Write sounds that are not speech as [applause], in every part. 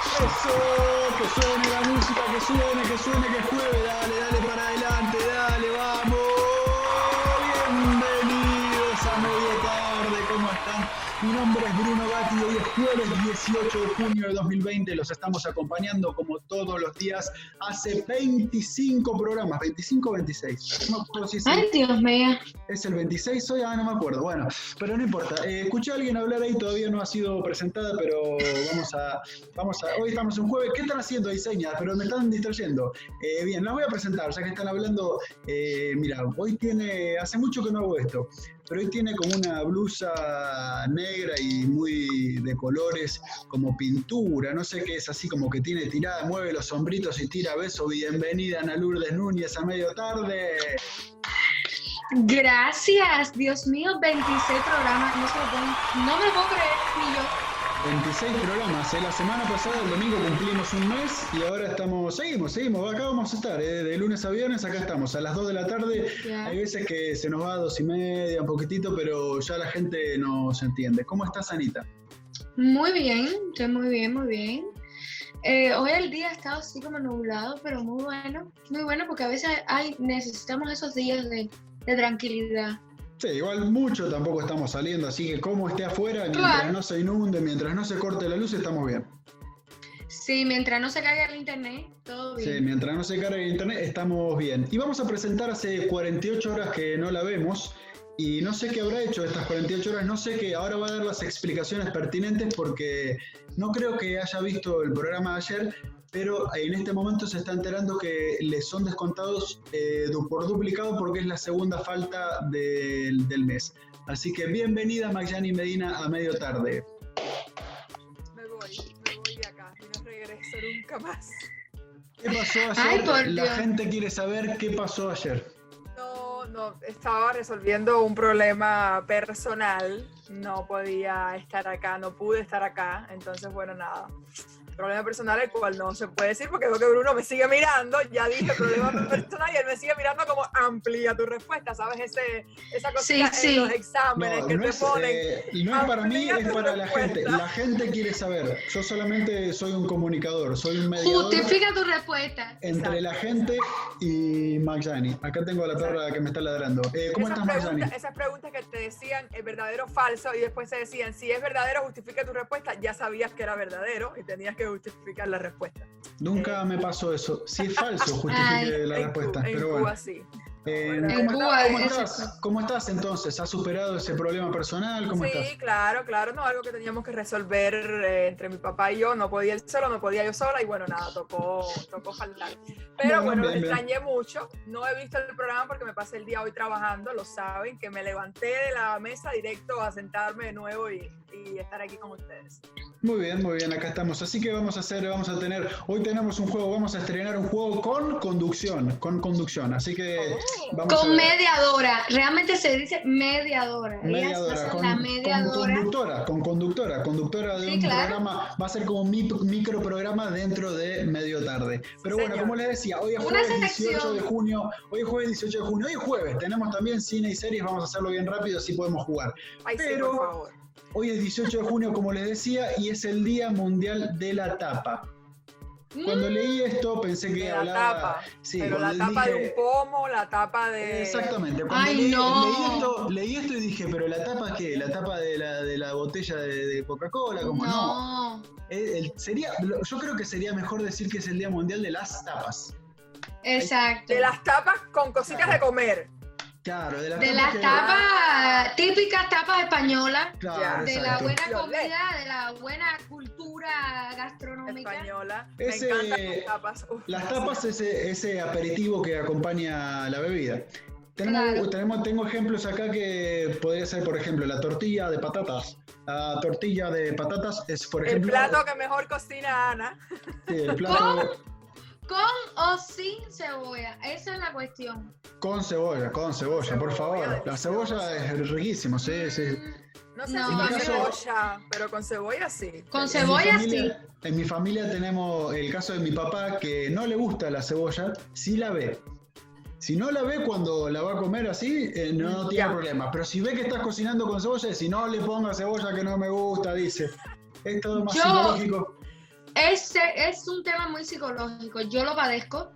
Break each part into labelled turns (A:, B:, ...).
A: Eso, que suene la música, que suene, que suene, que juegue. Dale, dale para adelante, dale, vamos. Bienvenidos a Media Tarde, ¿cómo están? Mi nombre es Bruno Bati y hoy es jueves 18 de junio de 2020. Los estamos acompañando como todos los días hace 25 programas, 25 o 26. No me acuerdo si es
B: Ay,
A: el,
B: Dios mío.
A: es el 26 hoy, ah, no me acuerdo. Bueno, pero no importa. Eh, escuché a alguien hablar ahí, todavía no ha sido presentada, pero vamos a, vamos a. Hoy estamos un jueves. ¿Qué están haciendo ahí, señas? Pero me están distrayendo. Eh, bien, las voy a presentar, ya que están hablando. eh, mira, hoy tiene. Hace mucho que no hago esto pero hoy tiene como una blusa negra y muy de colores, como pintura, no sé qué es, así como que tiene tirada, mueve los sombritos y tira beso. Bienvenida Ana Lourdes Núñez a medio tarde.
B: Gracias, Dios mío, 26 programas, no se lo puedo, no me lo puedo creer, ni yo.
A: 26 programas, ¿eh? la semana pasada, el domingo cumplimos un mes y ahora estamos, seguimos, seguimos, acá vamos a estar, ¿eh? de lunes a viernes acá estamos, a las 2 de la tarde
B: Ya.
A: Hay veces que se nos va a dos y media, un poquitito, pero ya la gente nos entiende. ¿Cómo estás, Anita?
B: Muy bien, estoy muy bien, muy bien. Eh, hoy el día ha estado así como nublado, pero muy bueno, muy bueno porque a veces hay, necesitamos esos días de, de tranquilidad.
A: Sí, igual mucho tampoco estamos saliendo, así que como esté afuera, mientras
B: Claro.
A: no se inunde, mientras no se corte la luz, estamos bien.
B: Sí, mientras no se caiga el internet, todo
A: Sí,
B: bien.
A: mientras no se cargue el internet, estamos bien. Y vamos a presentar hace 48 horas que no la vemos. Y no sé qué habrá hecho estas 48 horas, no sé qué, ahora va a dar las explicaciones pertinentes porque no creo que haya visto el programa de ayer, pero en este momento se está enterando que le son descontados eh, du- por duplicado porque es la segunda falta del, del mes. Así que bienvenida Magyani Medina a medio tarde.
C: Me voy, me voy de acá y no regreso nunca más.
A: ¿Qué pasó ayer?
B: Ay, por
A: la
B: Dios.
A: gente quiere saber qué pasó ayer.
C: No, no, estaba resolviendo un problema personal. No podía estar acá, no pude estar acá. Entonces, bueno, nada. Problema personal, el cual no se puede decir porque veo que Bruno me sigue mirando. Ya dije problema
B: [laughs]
C: personal y él me sigue mirando como amplía tu respuesta, ¿sabes? Ese, esa cosita
B: Sí, sí.
C: en los exámenes que te
A: es,
C: ponen.
A: eh, no es para mí,
C: Amplía
A: es
C: tu
A: para la
C: respuesta.
A: gente. La gente quiere saber. Yo solamente soy un comunicador, soy un mediador
B: Justifica tu respuesta.
A: entre la gente y Magyani. Acá tengo a la perra que me está ladrando. Eh, ¿Cómo
C: esas,
A: estás, Magyani?
C: preguntas, esas preguntas que te decían es verdadero o falso y después te decían si es verdadero justifica tu respuesta, ya sabías que era verdadero y tenías que justificar la respuesta.
A: Nunca me pasó eso. Si es falso,
B: Ay.
A: justifique la
C: eh, en
A: respuesta.
C: Cuba, en
A: pero
C: Cuba
A: bueno.
C: sí.
A: Eh,
C: En
A: ¿cómo,
B: Cuba,
A: estás? ¿Cómo
B: ese-
A: estás? ¿Cómo estás entonces? ¿Has superado ese problema personal? ¿Cómo
C: sí,
A: estás?
C: claro, claro, no, algo que teníamos que resolver eh, entre mi papá y yo, no podía él solo, no podía yo sola y bueno, nada, tocó, tocó jalar. Pero
A: Bueno, bien,
C: bueno, lo
A: bien.
C: extrañé mucho, no he visto el programa porque me pasé el día hoy trabajando, lo saben, que me levanté de la mesa directo a sentarme de nuevo y, y estar aquí con ustedes.
A: Muy bien, muy bien, acá estamos. Así que vamos a hacer, vamos a tener, hoy tenemos un juego, vamos a estrenar un juego con conducción, con conducción. Así que
C: Oh.
A: vamos a
B: Con
A: ver.
B: mediadora, realmente se dice mediadora. Ellas
A: Mediadora,
B: hacen
A: con,
B: la
A: con
B: mediadora.
A: conductora, con conductora, conductora de
B: Sí,
A: un
B: claro.
A: programa, va a ser como un mi- microprograma dentro de medio tarde. Pero bueno,
C: señor.
A: como les decía, hoy es
B: Una
A: jueves
B: selección.
A: 18 de junio, hoy es jueves 18 de junio, hoy es jueves, tenemos también cine y series, vamos a hacerlo bien rápido, así podemos jugar.
C: Ay,
A: Pero-
C: sí, por favor.
A: Hoy es 18 de junio, como les decía, y es el Día Mundial de la Tapa. Cuando
B: Mm.
A: leí esto pensé que
C: De la
A: hablaba...
C: tapa.
A: sí,
C: pero la
A: cuando
C: tapa de
A: dije-
C: un pomo, la tapa de.
A: Exactamente. Cuando
B: Ay,
A: leí,
B: no.
A: leí esto, leí esto y dije, pero la tapa qué, la tapa de la, de la botella de, de Coca-Cola, como no.
B: No,
A: Eh, el- sería, lo- yo creo que sería mejor decir que es el Día Mundial de las Tapas.
B: exacto.
C: De las tapas con cositas de comer.
A: Claro, de las
B: De
A: tapas.
B: las
A: que-
B: tapas, típicas tapas españolas,
A: Claro,
B: de la
A: exacto.
B: buena
C: Yo le-
B: comida, de la buena cultura gastronómica.
C: Española.
A: Ese-
C: Me encantan las tapas. Uf,
A: Las tapas es ese, ese aperitivo que acompaña la bebida. Tenemos,
B: Claro.
A: tenemos- tengo ejemplos acá que podría ser, por ejemplo, la tortilla de patatas. La tortilla de patatas es, por
C: El
A: ejemplo,
C: plato que mejor cocina Ana.
A: sí, el plato
B: Con o sin cebolla, esa es la cuestión.
A: Con cebolla, con cebolla, por favor. La cebolla es riquísima, sí, sí.
B: Mm,
C: No sé
B: No.
C: si con
A: En mi caso-
C: cebolla, pero con cebolla sí.
B: Con
A: En mi
B: cebolla sí.
A: familia- En mi familia tenemos el caso de mi papá que no le gusta la cebolla, sí la ve. Si no la ve cuando la va a comer así, eh, no tiene
C: Ya.
A: problema. Pero si ve que estás cocinando con cebolla, si no le ponga cebolla que no me gusta, dice. Es todo más
B: Yo-
A: psicológico.
B: Ese es un tema muy psicológico, yo lo padezco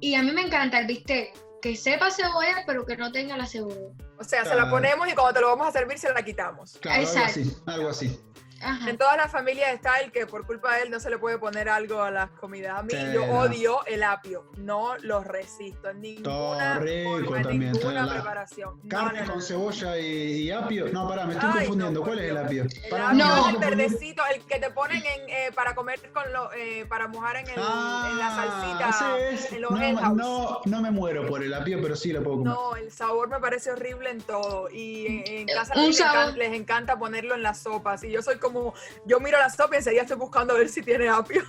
B: y a mí me encanta el bistec que sepa cebolla, pero que no tenga la cebolla.
C: O sea, se
A: Claro.
C: la ponemos y cuando te lo vamos a servir se la quitamos.
A: Claro, algo
B: Exacto.
A: así, algo así.
B: Ajá.
C: En todas las familias está el que por culpa de él no se le puede poner algo a las comidas. A mí
A: Sí,
C: yo
A: no.
C: odio el apio, no lo resisto en ninguna,
A: rico
C: forma, en
A: también,
C: ninguna
A: tráela.
C: preparación. No,
A: Carne
C: no, no,
A: con
C: no.
A: cebolla y, y apio. No, pará, me estoy
C: Ay,
A: confundiendo.
C: no,
A: ¿Cuál
C: por
A: es el
C: Dios.
A: apio?
C: El
A: Pará,
C: apio
A: me
B: No.
A: estoy
C: es el
A: confundiendo.
C: verdecito, el que te ponen en, eh, para comer con lo, eh, para mojar en, el, en la salsita,
A: Ah, ese es.
C: en los
A: No,
C: henhouse.
A: no, no me muero por el apio, pero sí lo puedo comer.
C: No, el sabor me parece horrible en todo. Y en, en
B: Eh,
C: casa
B: un
C: les, encan-
B: sabor.
C: les encanta ponerlo en las sopas. Y yo soy como, yo miro la sopa y enseguida estoy buscando a ver si tiene apio.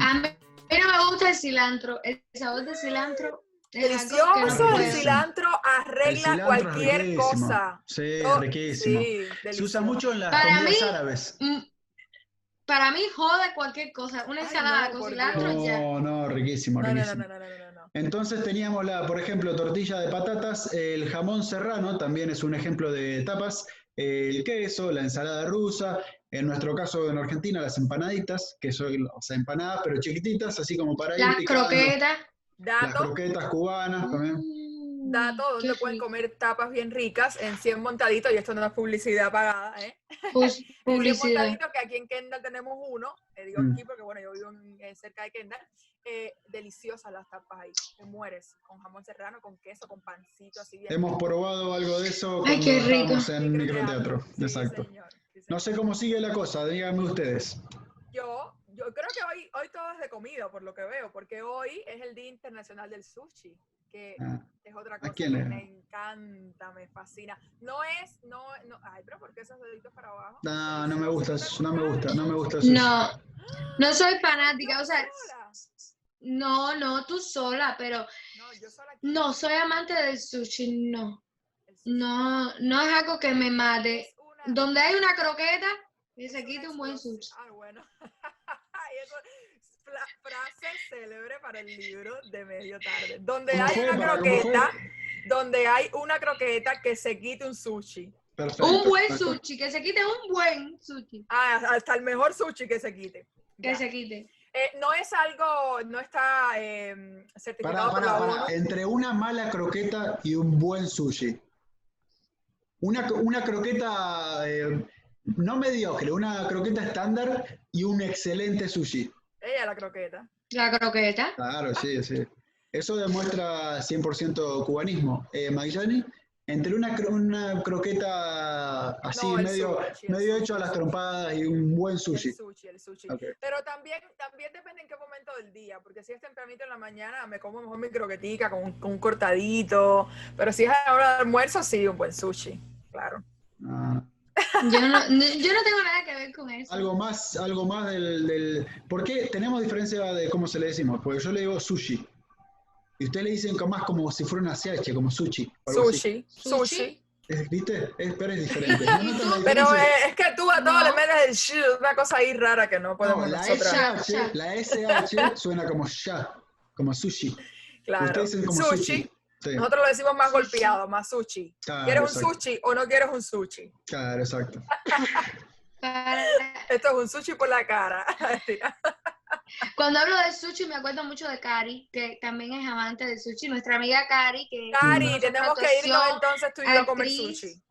B: A mí a mí no me gusta el cilantro, el sabor del cilantro. es algo que no
C: Delicioso, el
B: puedo.
A: riquísimo.
C: cilantro arregla
A: El cilantro es
C: cualquier
A: riquísimo.
C: cosa.
A: Sí,
C: Oh,
A: riquísimo.
C: sí,
A: Se
C: delicioso.
A: usa mucho en las
B: Para
A: comidas
B: mí-
A: árabes.
B: Mm, Para mí jode cualquier cosa, una
C: Ay,
B: ensalada
C: no,
B: con
C: por
B: cilantro ya.
A: No, no, riquísimo,
C: No, no, no,
A: riquísimo.
C: no, no, no, no, no.
A: Entonces teníamos la, por ejemplo, tortilla de patatas, el jamón serrano también es un ejemplo de tapas, el queso, la ensalada rusa, en nuestro caso en Argentina las empanaditas, que son o sea, empanadas pero chiquititas, así como para ir
B: Las
A: picando.
B: croquetas.
A: Las
C: Dato,
A: croquetas cubanas también.
B: Mm,
C: dato
B: qué
C: donde pueden
B: rico.
C: comer tapas bien ricas en 100 montaditos. Y esto no es publicidad pagada, ¿eh? [laughs]
B: Pus-
C: En 100
B: Pues, Publicidad.
C: montaditos, que aquí en Kendall tenemos uno. eh, digo
A: Mm.
C: aquí porque, bueno, yo vivo en- eh, cerca de Kendall. eh, deliciosas las tapas ahí. Te mueres con jamón serrano, con queso, con pancito, así bien.
A: Hemos probado algo de eso
B: Ay,
A: cuando
B: qué rico.
A: estábamos en
C: microteatro.
A: microteatro. Exacto. No sé cómo sigue la cosa, díganme ustedes.
C: Yo, yo creo que hoy, hoy todo es de comida, por lo que veo, porque hoy es el Día Internacional del Sushi, que
A: Ah,
C: es otra cosa que
A: quién le-
C: me encanta, me fascina. No es, no, no, ay, pero ¿por qué esos deditos para abajo?
A: No, no me gusta, no me gusta, no me gusta. el sushi.
B: No, no soy fanática,
C: Yo
B: o sea,
C: sola.
B: no, no, tú sola, pero
C: No, yo sola aquí,
B: no, soy amante del sushi, no.
C: el sushi
B: No, no es algo que me mate.
C: es una-
B: Donde hay una croqueta, que se
C: es
B: quita
C: una
B: un buen
C: explosi-
B: sushi.
C: Ah, bueno. [laughs] y eso, la frase célebre para el libro de medio tarde. Donde
A: ¿Cómo
C: hay
A: fue,
C: una
A: Mara? ¿Cómo fue?
C: croqueta, donde hay una croqueta que se quite un sushi.
A: Perfecto,
B: Un buen
A: perfecto.
B: sushi, que se quite un buen sushi,
C: Ah, hasta el mejor sushi que se quite.
B: que
C: Ya.
B: se quite.
C: Eh, no es algo, no está eh,
A: Pará,
C: certificado
A: pará,
C: por la
A: pará. eh.
C: ONU.
A: Entre una mala croqueta y un buen sushi. Una, co- una croqueta eh, no mediocre, una croqueta estándar y un excelente sushi.
C: Ella la croqueta.
B: La croqueta.
A: Claro, sí, sí. Eso demuestra 100% cubanismo. Eh, Magliani, entre una, cro- una croqueta así,
C: No, el
A: medio,
C: sushi, el
A: medio
C: sushi,
A: hecho a
C: el
A: las
C: sushi.
A: trompadas y un buen
C: El
A: sushi.
C: sushi, el sushi.
A: Ok.
C: Pero también, también depende en qué momento del día, porque si es tempranito en la mañana, me como mejor mi croquetica con, un- con un cortadito. Pero si es a la hora de almuerzo, sí, un buen sushi. Claro.
A: Ah.
B: Yo no, [laughs] no- yo no tengo nada que ver con eso.
A: Algo más, algo más del, del... ¿Por qué tenemos diferencia de cómo se le decimos? Porque yo le digo sushi. Y ustedes le dicen co- más como si fuera una CH, como sushi. o algo así.
C: Sushi, sushi.
A: Es- ¿Viste? Es, pero es diferente. ¿No notan la
C: [laughs] Pero
A: diferencia?
C: eh, es que tú a todo
B: No.
C: le metes el shi, una cosa ahí rara que no
A: No,
C: podemos
A: la,
C: nosotras.
B: esa-
A: SH, la SH suena como ya, como sushi.
C: Claro.
A: Ustedes dicen como
C: sushi.
A: sushi. Sí,
C: Nosotros lo decimos más
B: Sushi.
C: golpeado, más sushi.
A: claro,
C: ¿Quieres un
A: exacto,
C: sushi o no quieres un sushi?
A: Claro, exacto.
B: Para-
C: Esto es un sushi por la cara. Mentira.
B: Cuando hablo de sushi me acuerdo mucho de Cari, que también es amante del sushi. Nuestra amiga Cari, que
C: Cari,
B: Ujú.
C: tenemos que irnos
B: Actuación,
C: entonces tú y yo a comer
B: actriz.
C: sushi.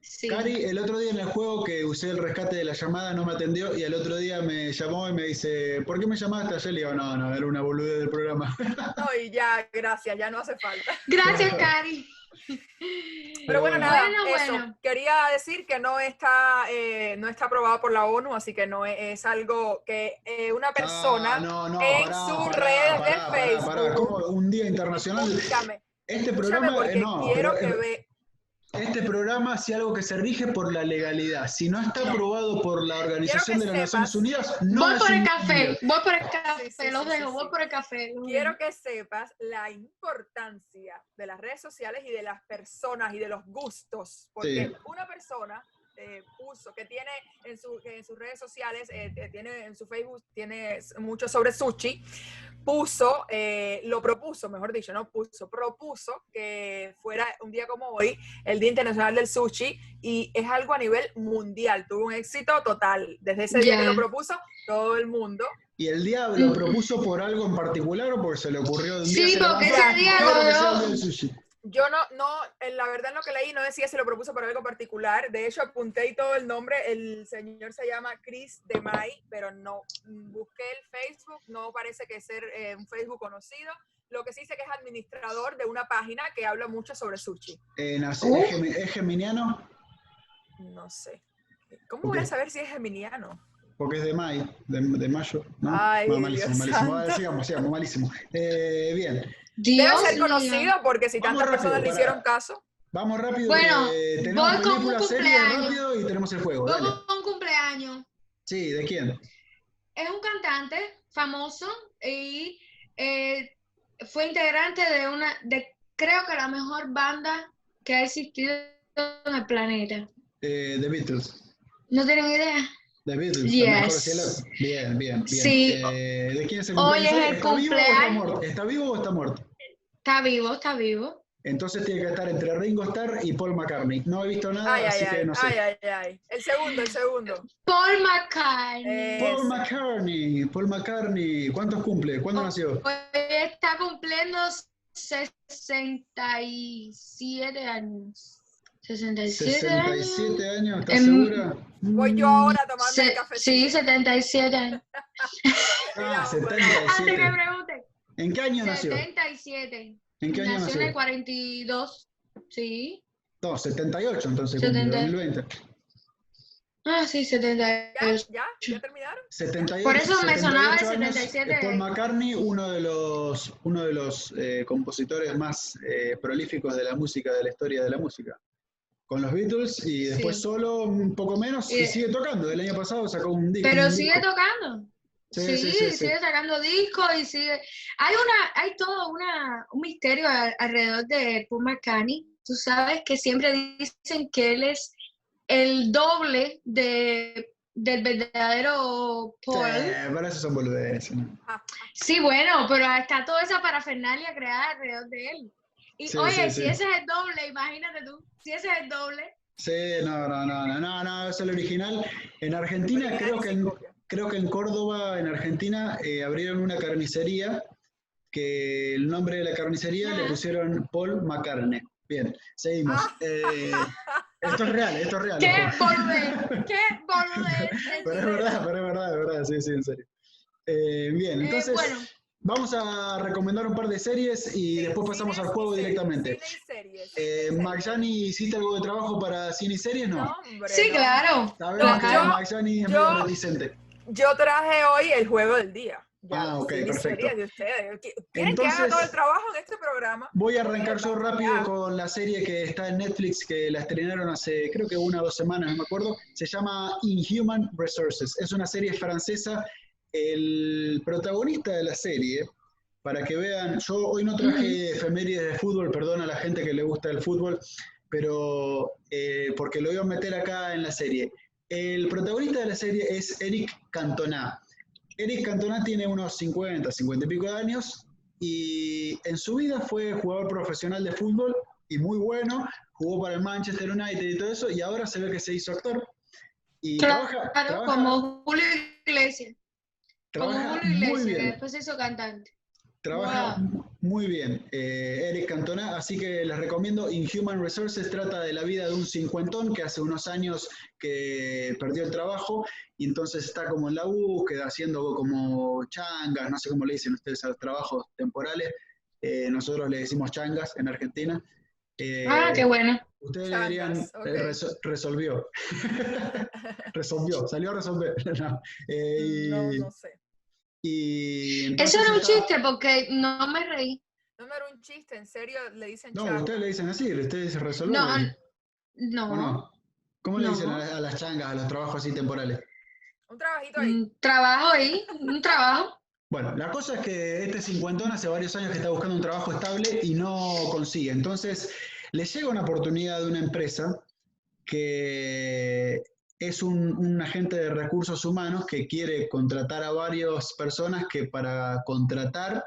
B: sí.
A: Cari, el otro día en el juego que usé el rescate de la llamada no me atendió y al otro día me llamó y me dice, ¿por qué me llamaste ayer? Le digo, no, no, era una boludez del programa. [laughs] Ah,
C: No, y ya, gracias, ya no hace falta.
B: Gracias, Cari.
C: Pero bueno,
A: Bueno,
C: nada,
B: bueno,
C: eso.
B: bueno.
C: Quería decir que no está, eh, no está aprobado por la ONU, así que no es, es algo que eh, una persona.
A: Ah, no, no,
C: en sus redes de Facebook.
A: ¿Cómo? Un día internacional.
C: Escúchame,
A: Este
C: escúchame
A: programa,
C: porque
A: eh, no,
C: quiero que
A: pero, eh,
C: ve.
A: este programa hace algo que se rige por la legalidad. Si no está aprobado por la Organización de
C: Quiero
A: las
C: que
A: Naciones
C: sepas-
A: Unidas, no
B: voy
A: es
B: por el
A: un
B: café,
A: día.
B: voy por el
C: Sí,
B: café,
C: sí,
B: los
C: sí,
B: dejo,
C: sí,
B: voy
C: sí.
B: por el café. los
C: Quiero
B: dejo.
C: que sepas la importancia de las redes sociales y de las personas y de los gustos. Porque
A: Sí.
C: una persona eh, puso, que tiene en, su, que en sus redes sociales, eh, eh, tiene en su Facebook, tiene mucho sobre sushi, puso, eh, lo propuso, mejor dicho, no puso, propuso que fuera un día como hoy, el Día Internacional del Sushi, y es algo a nivel mundial, tuvo un éxito total. Desde ese día que
B: Ya.
C: lo propuso, todo el mundo
A: ¿Y el diablo
B: Mm.
A: propuso por algo en particular o porque se le ocurrió de un día?
B: Sí,
A: se le
B: porque
A: va a
B: ese día
A: hacer
B: lo
A: que sea el
B: veo-
A: día del sushi?
C: Yo no, no, en la verdad en lo que leí no decía si lo propuso para algo particular. De hecho, apunté y todo el nombre. El señor se llama Chris DeMay, pero no mm, busqué el Facebook, no parece que ser eh, un Facebook conocido. Lo que sí sé que es administrador de una página que habla mucho sobre sushi.
A: Eh, nací-
B: Uh.
C: ¿Oh?
A: es, gemi- es geminiano
C: No sé. ¿Cómo voy a
A: Ok.
C: saber si es geminiano?
A: porque es de mayo, de, de mayo, ¿no?
C: Ay,
A: Bueno, malísimo,
C: Dios
A: malísimo. Ah,
C: santo.
A: sigamos, sigamos, malísimo. Eh, bien,
B: Dios
C: Debe ser
B: mío.
C: conocido porque si
A: Vamos
C: tantas
A: rápido,
C: personas le
A: para-
C: hicieron caso.
A: vamos rápido.
B: Bueno,
A: que tenemos
B: voy con un
A: película, serie,
B: cumpleaños.
A: rápido y tenemos el juego. Dale.
B: Hubo un cumpleaños.
A: Sí, ¿de quién?
B: Es un cantante famoso y eh, fue integrante de una, de creo que la mejor banda que ha existido en el planeta.
A: Eh, The Beatles.
B: ¿No tienen idea?
A: The Beatles. el
B: Yes.
A: mejor cielo. Bien, bien, bien.
B: Sí.
A: Eh, ¿De quién es el
B: Hoy
A: cumpleaños?
B: es el
A: ¿Está vivo o está
B: cumpleaños.
A: muerto? ¿Está vivo o está muerto?
B: Está vivo, está vivo.
A: Entonces tiene que estar entre Ringo Starr y Paul McCartney. No he visto nada,
C: Ay,
A: Ah, así
C: ay,
A: que
C: ay,
A: no sé.
C: ay, ay, ay. El segundo, el segundo.
B: Paul McCartney.
C: Eh,
A: Paul McCartney, Paul McCartney, ¿cuántos cumple? ¿Cuándo
B: Oh.
A: nació?
B: Pues está cumpliendo 67 años. 67, años.
A: 67 años, ¿estás
B: Em,
A: segura?
C: Voy yo ahora a tomarme
B: Se-
C: el café.
B: sí, 77 años.
A: Ah,
B: Antes que
A: 77.
B: pregunte.
A: ¿En qué año nació?
B: 77.
A: ¿En qué año
B: Nació en el
A: nació?
B: 42. Sí.
A: No, 78 entonces, cumple,
B: 70.
A: 2020.
B: Ah, sí,
C: ¿Ya?
B: 78.
C: ¿Ya? ¿Ya terminaron?
A: 78,
B: Por eso me sonaba el
A: 78 años,
B: 77.
A: eh, Paul McCartney, uno de los, uno de los eh, compositores más eh, prolíficos de la música, de la historia de la música. Con los Beatles y después
B: Sí.
A: solo un poco menos y
B: Eh,
A: sigue tocando. El año pasado sacó un disco.
B: Pero
A: un
B: sigue
A: disco.
B: tocando.
A: Sí,
B: Sí,
A: sí, sí, sí.
B: sigue sacando discos y sigue. Hay una, hay todo una, un misterio a- alrededor de Paul McCartney. Tú sabes que siempre dicen que él es el doble de, del verdadero Paul.
A: Sí, pero eso son boludeces. ¿no?
B: Sí, bueno, pero está toda esa parafernalia creada alrededor de él. Y
A: Sí,
B: oye,
A: sí, sí.
B: si ese es el doble, imagínate tú, si ese es el doble,
A: Sí, no, no, no, no, no, no, es el original. En Argentina creo que en, creo que en Córdoba, en Argentina, eh, abrieron una carnicería que el nombre de la carnicería le
B: Ajá.
A: pusieron Paul McCartney. Bien, seguimos. Eh, esto es real, esto es real.
B: Ah. [laughs] qué
A: ojo. [laughs]
B: boludez, qué
A: pues.
B: este. boludez.
A: Pero es
B: ¿entiendes?
A: verdad, pero es verdad, es verdad, sí, sí, en serio. Eh, bien,
B: Eh,
A: entonces
B: bueno,
A: vamos a recomendar un par de series y después pasamos al juego directamente. Eh, Magjani, ¿hiciste algo de trabajo para cine y series? No.
B: sí, claro.
A: Sabemos que
B: Claro.
A: Magjani es
C: Yo-
A: medio reticente.
C: Yo traje hoy el juego del día.
A: Ah, ok,
C: sí,
A: perfecto.
C: sería de ustedes. ¿Qui- ¿Quieren que
A: Entonces-
C: haga todo el trabajo en este programa?
A: Voy a arrancar yo rápido
C: Ya.
A: con la serie que está en Netflix, que la estrenaron hace creo que una o dos semanas, no me acuerdo. Se llama Inhuman Resources. Es una serie francesa. El protagonista de la serie, para que vean, yo hoy no traje efemérides de fútbol, perdón a la gente que le gusta el fútbol, pero eh, porque lo iba a meter acá en la serie. El protagonista de la serie es Eric Cantona. Eric Cantona tiene unos 50, 50 y pico de años y en su vida fue jugador profesional de fútbol y muy bueno, jugó para el Manchester United y todo eso y ahora se ve que se hizo actor. Y
B: Claro,
A: trabaja, trabaja-
B: como Julio Iglesias.
A: trabaja
B: como Julio Iglesias,
A: muy
B: que
A: bien.
B: después se hizo cantante.
A: Trabaja muy bien, eh, Eric Cantona, así que les recomiendo Inhuman Resources, trata de la vida de un cincuentón que hace unos años que perdió el trabajo y entonces está como en la búsqueda, haciendo como changas, no sé cómo le dicen ustedes a los trabajos temporales, eh, nosotros le decimos changas en Argentina. Eh,
B: ah, qué bueno.
A: Ustedes le
C: Changas,
A: dirían, eh,
C: ok.
A: reso-
B: [laughs]
A: resolvió. resolvió, salió a resolver. [laughs] No, eh, y-
C: No, no sé.
A: y
B: Eso
A: entonces
B: era un
A: está-
B: chiste porque no me reí.
C: No me era un chiste, en serio, le dicen
A: No,
C: chavo.
A: ustedes le dicen así, ustedes resuelven.
B: No,
A: ¿o
B: no.
A: no? ¿Cómo le
B: No.
A: dicen a, la- a las changas, a los trabajos así temporales?
C: Un trabajito ahí.
A: Mm,
B: Un Mm, trabajo ahí, un trabajo.
A: Bueno, la cosa es que este cincuentón hace varios años que está buscando un trabajo estable y no consigue. Entonces, le llega una oportunidad de una empresa que es un, un, agente de recursos humanos que quiere contratar a varias personas que para contratar,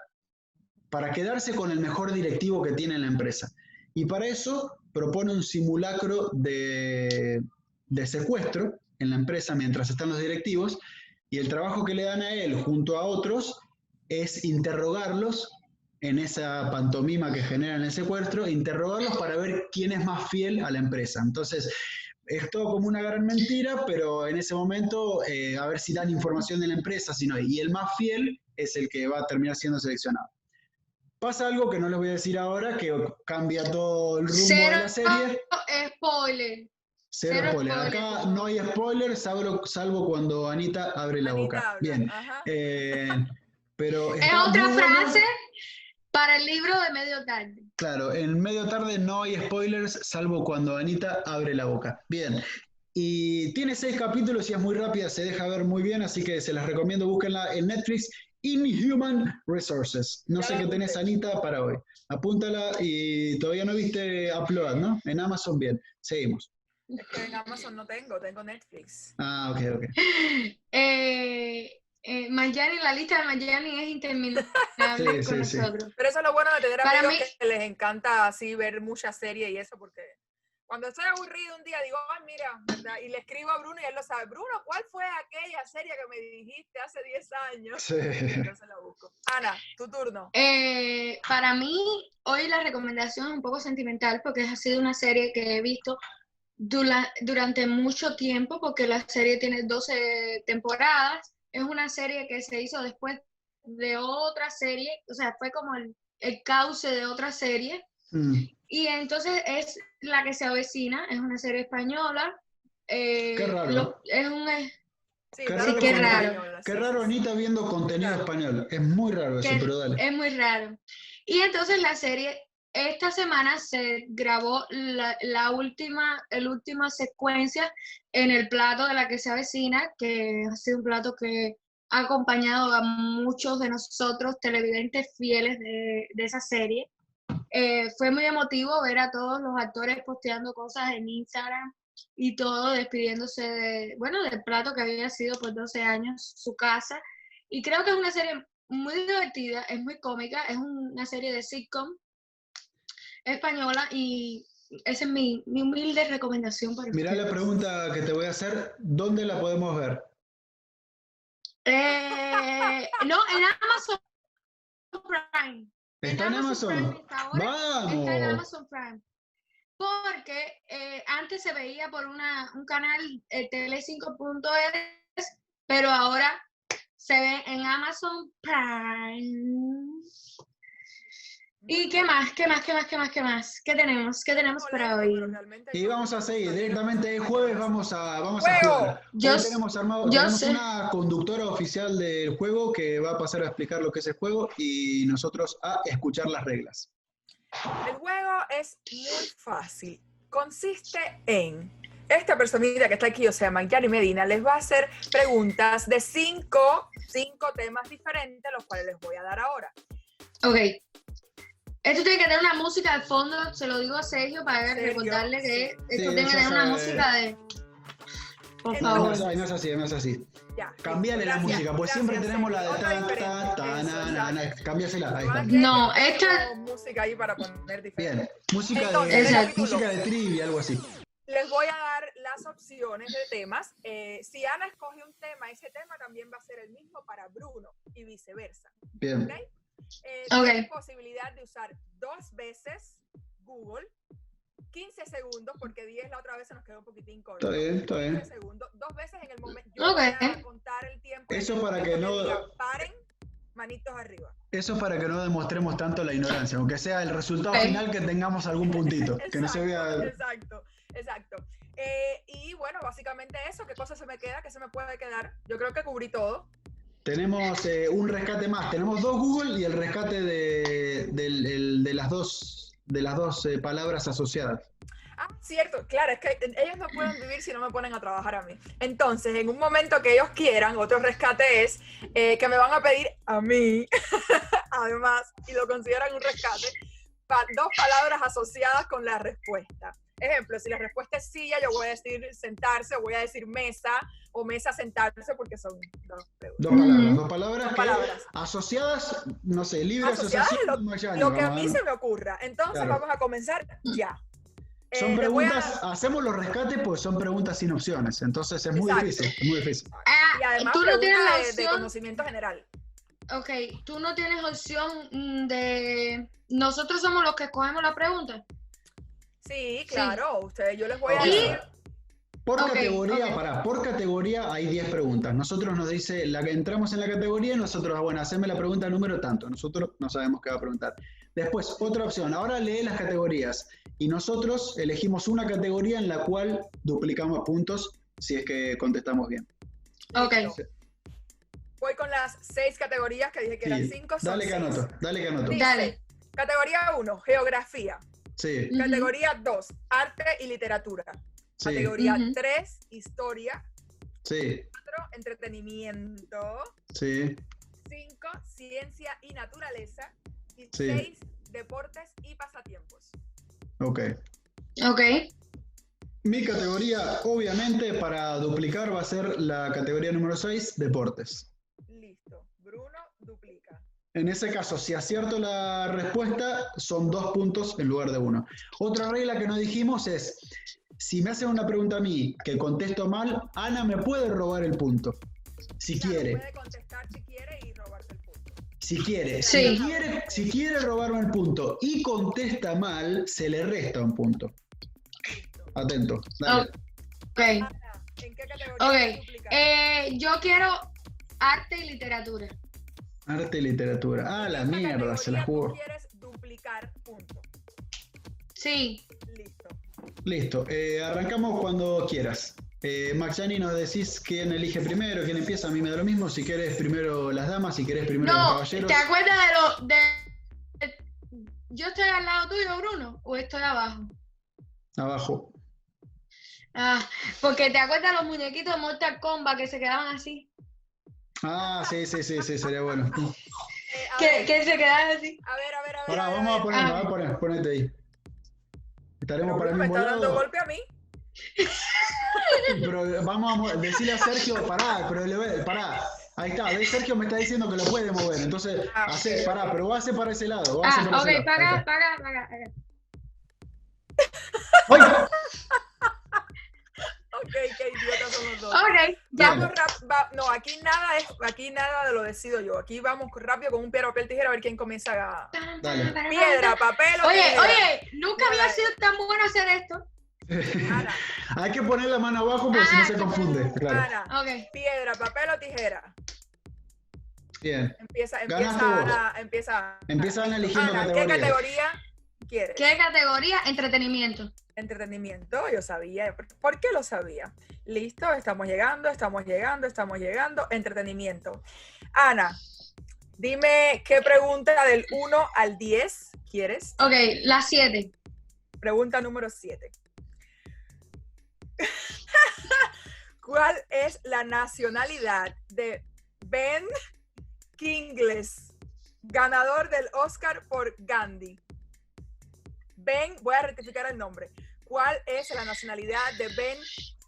A: para quedarse con el mejor directivo que tiene la empresa. Y para eso propone un simulacro de, de secuestro en la empresa mientras están los directivos y el trabajo que le dan a él junto a otros es interrogarlos en esa pantomima que generan el secuestro, interrogarlos para ver quién es más fiel a la empresa. Entonces, es todo como una gran mentira, pero en ese momento eh, a ver si dan información de la empresa, si no, y el más fiel es el que va a terminar siendo seleccionado. Pasa algo que no les voy a decir ahora, que cambia todo el rumbo
B: Cero
A: de la serie.
B: spoiler.
A: Cero,
B: cero
A: spoiler.
B: spoiler.
A: Acá no hay spoiler, salvo, salvo cuando Anita abre la
C: Anita
A: boca.
C: habla,
A: Bien.
C: ajá.
A: Eh, pero
B: Es
A: está
B: otra
A: muy bueno.
B: frase para el libro de medio tarde.
A: Claro, en medio tarde no hay spoilers, salvo cuando Anita abre la boca. Bien. Y tiene seis capítulos y es muy rápida, se deja ver muy bien, así que se las recomiendo, búsquenla en Netflix, Inhuman Resources. No
C: Ya
A: sé
C: la
A: qué tenés,
C: apunté.
A: Anita, para hoy. Apúntala y todavía no viste Upload, ¿no? En Amazon, bien. Seguimos.
C: Es que en Amazon no tengo, tengo Netflix.
A: Ah, ok, ok.
B: Eh, eh, Mayani, la lista de Mayani es interminable
A: Sí, sí,
B: con
A: sí.
B: nosotros.
C: Pero eso es lo bueno de tener
B: Para
C: amigos
B: mí-
C: que les encanta así ver muchas series y eso, porque cuando estoy aburrido un día digo, ah, mira, ¿verdad? Y le escribo a Bruno y él lo sabe. Bruno, ¿cuál fue aquella serie que me dijiste hace 10 años?
A: [laughs] Sí.
C: Entonces la busco. Ana, tu turno.
B: Eh, para mí, hoy la recomendación es un poco sentimental porque ha sido una serie que he visto dura- durante mucho tiempo porque la serie tiene 12 temporadas. Es una serie que se hizo después de otra serie, o sea, fue como el, el cauce de otra serie.
A: Mm.
B: Y entonces es la que se avecina, es una serie española. eh,
A: Qué raro.
B: es un, es-
C: Sí,
A: Qué
C: dale
A: raro
C: tu
B: que-
C: turno,
B: raro.
C: Lola,
A: Qué
C: sí,
A: raro
C: sí, sí.
A: Anita viendo contenido español. Es muy raro eso,
B: Qué-
A: pero dale.
B: Es muy raro. Y entonces la serie, esta semana se grabó la, la última, el última secuencia en el plato de la que se avecina, que ha sido un plato que ha acompañado a muchos de nosotros, televidentes fieles de, de esa serie. Eh, fue muy emotivo ver a todos los actores posteando cosas en Instagram y todo despidiéndose de, bueno, del plato que había sido por 12 años su casa. Y creo que es una serie muy divertida, es muy cómica, es una serie de sitcom española y esa es mi, mi humilde recomendación para
A: Mirá la
B: ustedes.
A: pregunta que te voy a hacer, ¿dónde la podemos ver?
B: Eh, no, en Amazon Prime.
A: ¿Está en Amazon?
B: Prime está ahora, está en
A: ¡Vamos!
B: Amazon Prime. Porque eh, antes se veía por una, un canal eh, tele5.es, pero ahora se ve en Amazon Prime. ¿Y qué más? ¿Qué más? ¿Qué más? ¿Qué más? ¿Qué más? ¿Qué tenemos? ¿Qué tenemos para
C: Pero
B: hoy?
C: realmente
A: Y vamos a seguir, directamente el jueves vamos a, vamos
C: ¡Juego!
A: a jugar.
B: Yo
A: Hoy
B: s-
A: tenemos armado,
B: yo
A: tenemos
B: sé.
A: una conductora oficial del juego que va a pasar a explicar lo que es el juego y nosotros a escuchar las reglas.
C: El juego es muy fácil. Consiste en esta personita que está aquí, o sea, Mangiari Medina, les va a hacer preguntas de cinco, cinco temas diferentes, los cuales les voy a dar ahora.
B: Ok. Esto tiene que tener una música de fondo, se lo digo a Sergio para
C: Sergio,
B: recordarle que esto
A: Sí,
B: tiene que
A: eso
B: tener una
A: se-
B: música de... Por
A: No,
B: favor.
A: no, no, no es así, no es así.
C: Ya.
A: Cambiale la
C: Gracias,
A: música, pues siempre
C: gracias,
A: tenemos la de
C: otra
A: ta,
C: diferente.
A: ta, ta,
C: Eso,
A: na, na, na,
C: exacto.
A: cámbiasela, ahí
C: Ahora
A: está.
C: que
B: No,
C: tengo
B: esta-
C: música ahí para poner diferente.
A: Bien, música de,
C: Entonces,
B: Exacto.
A: música de trivia, algo así.
C: Les voy a dar las opciones de temas. Eh, si Ana escoge un tema, ese tema también va a ser el mismo para Bruno y viceversa.
A: Bien.
C: Eh,
B: Ok.
C: tiene posibilidad de usar dos veces Google, 15 segundos, porque 10 la otra vez se nos quedó un poquitín corto.
A: Está bien, está bien.
C: 15 segundos, dos veces en el momento. Yo
B: Ok.
C: voy a contar el tiempo.
A: Eso
C: En el
A: para que
C: momento
A: no-
C: diga, paren, manitos arriba.
A: Eso es para que no demostremos tanto la ignorancia, aunque sea el resultado
B: Ok.
A: final que tengamos algún puntito, que no se vea...
C: Exacto, exacto. Eh, y bueno, básicamente eso, ¿qué cosa se me queda? ¿Qué se me puede quedar? Yo creo que cubrí todo.
A: Tenemos eh, un rescate más, tenemos dos Google y el rescate de, del- el- de las dos, de las dos eh, palabras asociadas.
C: Ah, cierto, claro, es que ellos no pueden vivir si no me ponen a trabajar a mí. Entonces, en un momento que ellos quieran, otro rescate es [laughs] eh, que me van a pedir a mí, además, y lo consideran un rescate, pa- dos palabras asociadas con la respuesta. Ejemplo, si la respuesta es silla, yo voy a decir sentarse, voy a decir mesa o mesa sentarse porque son dos preguntas.
A: Dos
B: Mm.
A: palabras, dos palabras,
C: Dos
A: que-
C: palabras.
A: asociadas, no sé, libre
C: Asociadas,
A: asociación.
C: lo-
A: Magallanes,
C: Lo que a
A: vamos
C: mí
A: ver.
C: se me ocurra. Entonces
A: Claro.
C: vamos a comenzar ya. Eh,
A: Son
C: te voy a-
A: preguntas, hacemos los rescates porque son preguntas sin opciones, entonces es muy
C: Exacto.
A: difícil, es muy difícil.
B: Ah,
C: y además
B: tú no tienes la
C: preguntas de, de
B: opción.
C: conocimiento general.
B: Ok, tú no tienes opción mm, de. Nosotros somos los que escogemos la pregunta.
C: Sí,
B: Sí.
C: claro. Ustedes, yo les voy a
B: Y-
C: decir
A: Por
B: Ok,
A: categoría,
B: ok.
A: pará, por categoría hay 10 preguntas. Nosotros nos dice, la que entramos en la categoría y nosotros, ah, bueno, haceme la pregunta número tanto. Nosotros no sabemos qué va a preguntar. Después, otra opción. Ahora lee las categorías. Y nosotros elegimos una categoría en la cual duplicamos puntos si es que contestamos bien.
B: Ok.
C: Listo. Voy con las seis categorías que dije que eran
A: Sí,
C: cinco. Son
A: Dale que
C: seis.
A: anoto, dale que anoto.
C: Sí.
B: Dale.
C: Categoría 1, geografía.
A: Sí,
B: Ujú.
C: Categoría 2, arte y literatura.
A: sí,
C: Categoría
B: Ujú.
C: 3, historia.
A: sí,
C: 4, entretenimiento.
A: sí,
C: 5, ciencia y naturaleza. Y
A: Sí.
C: 6, deportes y pasatiempos.
A: ok.
B: Ok.
A: Mi categoría, obviamente, para duplicar va a ser la categoría número 6, deportes.
C: Listo. Bruno duplica.
A: En ese caso, si acierto la respuesta, son dos puntos en lugar de uno. Otra regla que no dijimos es, si me hacen una pregunta a mí que contesto mal, Ana me puede robar el punto. Si
C: Claro,
A: quiere,
C: Puede contestar si quiere y robarse el punto.
A: si quiere,
B: Sí.
A: si quiere, si quiere robarme el punto y contesta mal, se le resta un punto.
C: Listo.
A: Atento. dale.
B: Ok.
C: Ana, ¿en qué categoría
B: Ok,
C: vas a duplicar?
B: Eh, yo quiero arte y literatura.
A: Arte y literatura. Ah, la
C: Esta
A: mierda, se la
C: categoría tú
A: jugó.
C: quieres duplicar punto.
B: Sí.
C: Listo.
A: Listo, eh, arrancamos cuando quieras. Eh, Maxani, nos decís quién elige primero, quién empieza, a mí me da lo mismo. Si querés primero las damas, si querés primero los
B: No,
A: caballeros.
B: ¿te acuerdas de lo de, de- yo estoy al lado tuyo, Bruno, o estoy abajo?
A: Abajo.
B: Ah, porque te acuerdas los muñequitos de Mortal Kombat que se quedaban así,
A: Ah, sí, sí, sí, sí, sería
B: [laughs]
A: bueno.
C: Eh, a
B: que,
A: Ah.
C: ver,
B: que se quedaban así.
C: A ver, a ver, a ver.
A: Ahora
C: a ver,
A: vamos a
C: ver.
A: ponernos,
B: Ah.
A: a poner, ponete ahí. Estaremos
C: Pero
A: para el
C: Bruno me
A: mismo
C: está dando
A: lado.
C: golpe a mí.
A: Pero vamos a mo- decirle a Sergio, pará, pero le ve- pará. Ahí está, ¿ves? Sergio me está diciendo que lo puede mover. Entonces,
C: Ah,
A: hace,
C: ok.
A: pará, pero va a hacer para ese lado. va a hacer
B: Ah,
A: para ese
B: ok,
A: lado. Ahí
B: para,
A: está.
B: para, para, para.
A: ¡Ay!
C: Ok, qué idiotas son los dos.
B: Ok, Ah, ya.
A: Bien.
C: Vamos rap- va- no, aquí nada es, aquí nada lo decido yo. Aquí vamos rápido con un piedra, papel, tijera a ver quién comienza a...
A: Dale.
C: Piedra, papel o
B: Oye,
C: tijera.
B: oye, nunca había
C: Dale.
B: sido tan bueno hacer esto.
C: Ana,
A: Hay que poner la mano abajo porque si no
B: Ah,
A: se
B: que-
A: confunde. Claro.
C: Ana,
B: Ok,
C: piedra, papel o tijera.
A: Bien.
C: Empieza,
A: Ganaste
C: empieza
A: vos.
C: Ana, empieza
A: Empieza Ana
B: Ah,
A: eligiendo
C: Ana, ¿qué
A: categoría.
C: categoría quieres?
B: ¿qué categoría? Entretenimiento.
C: Entretenimiento, yo sabía. ¿Por- ¿Por qué lo sabía? Listo, estamos llegando, estamos llegando, estamos llegando. Entretenimiento. Ana, dime qué pregunta del 1 al 10 quieres.
B: Ok, la 7.
C: Pregunta número 7. [laughs] ¿Cuál es la nacionalidad de Ben Kingles, ganador del Oscar por Gandhi? Ben, voy a rectificar el nombre. ¿Cuál es la nacionalidad de Ben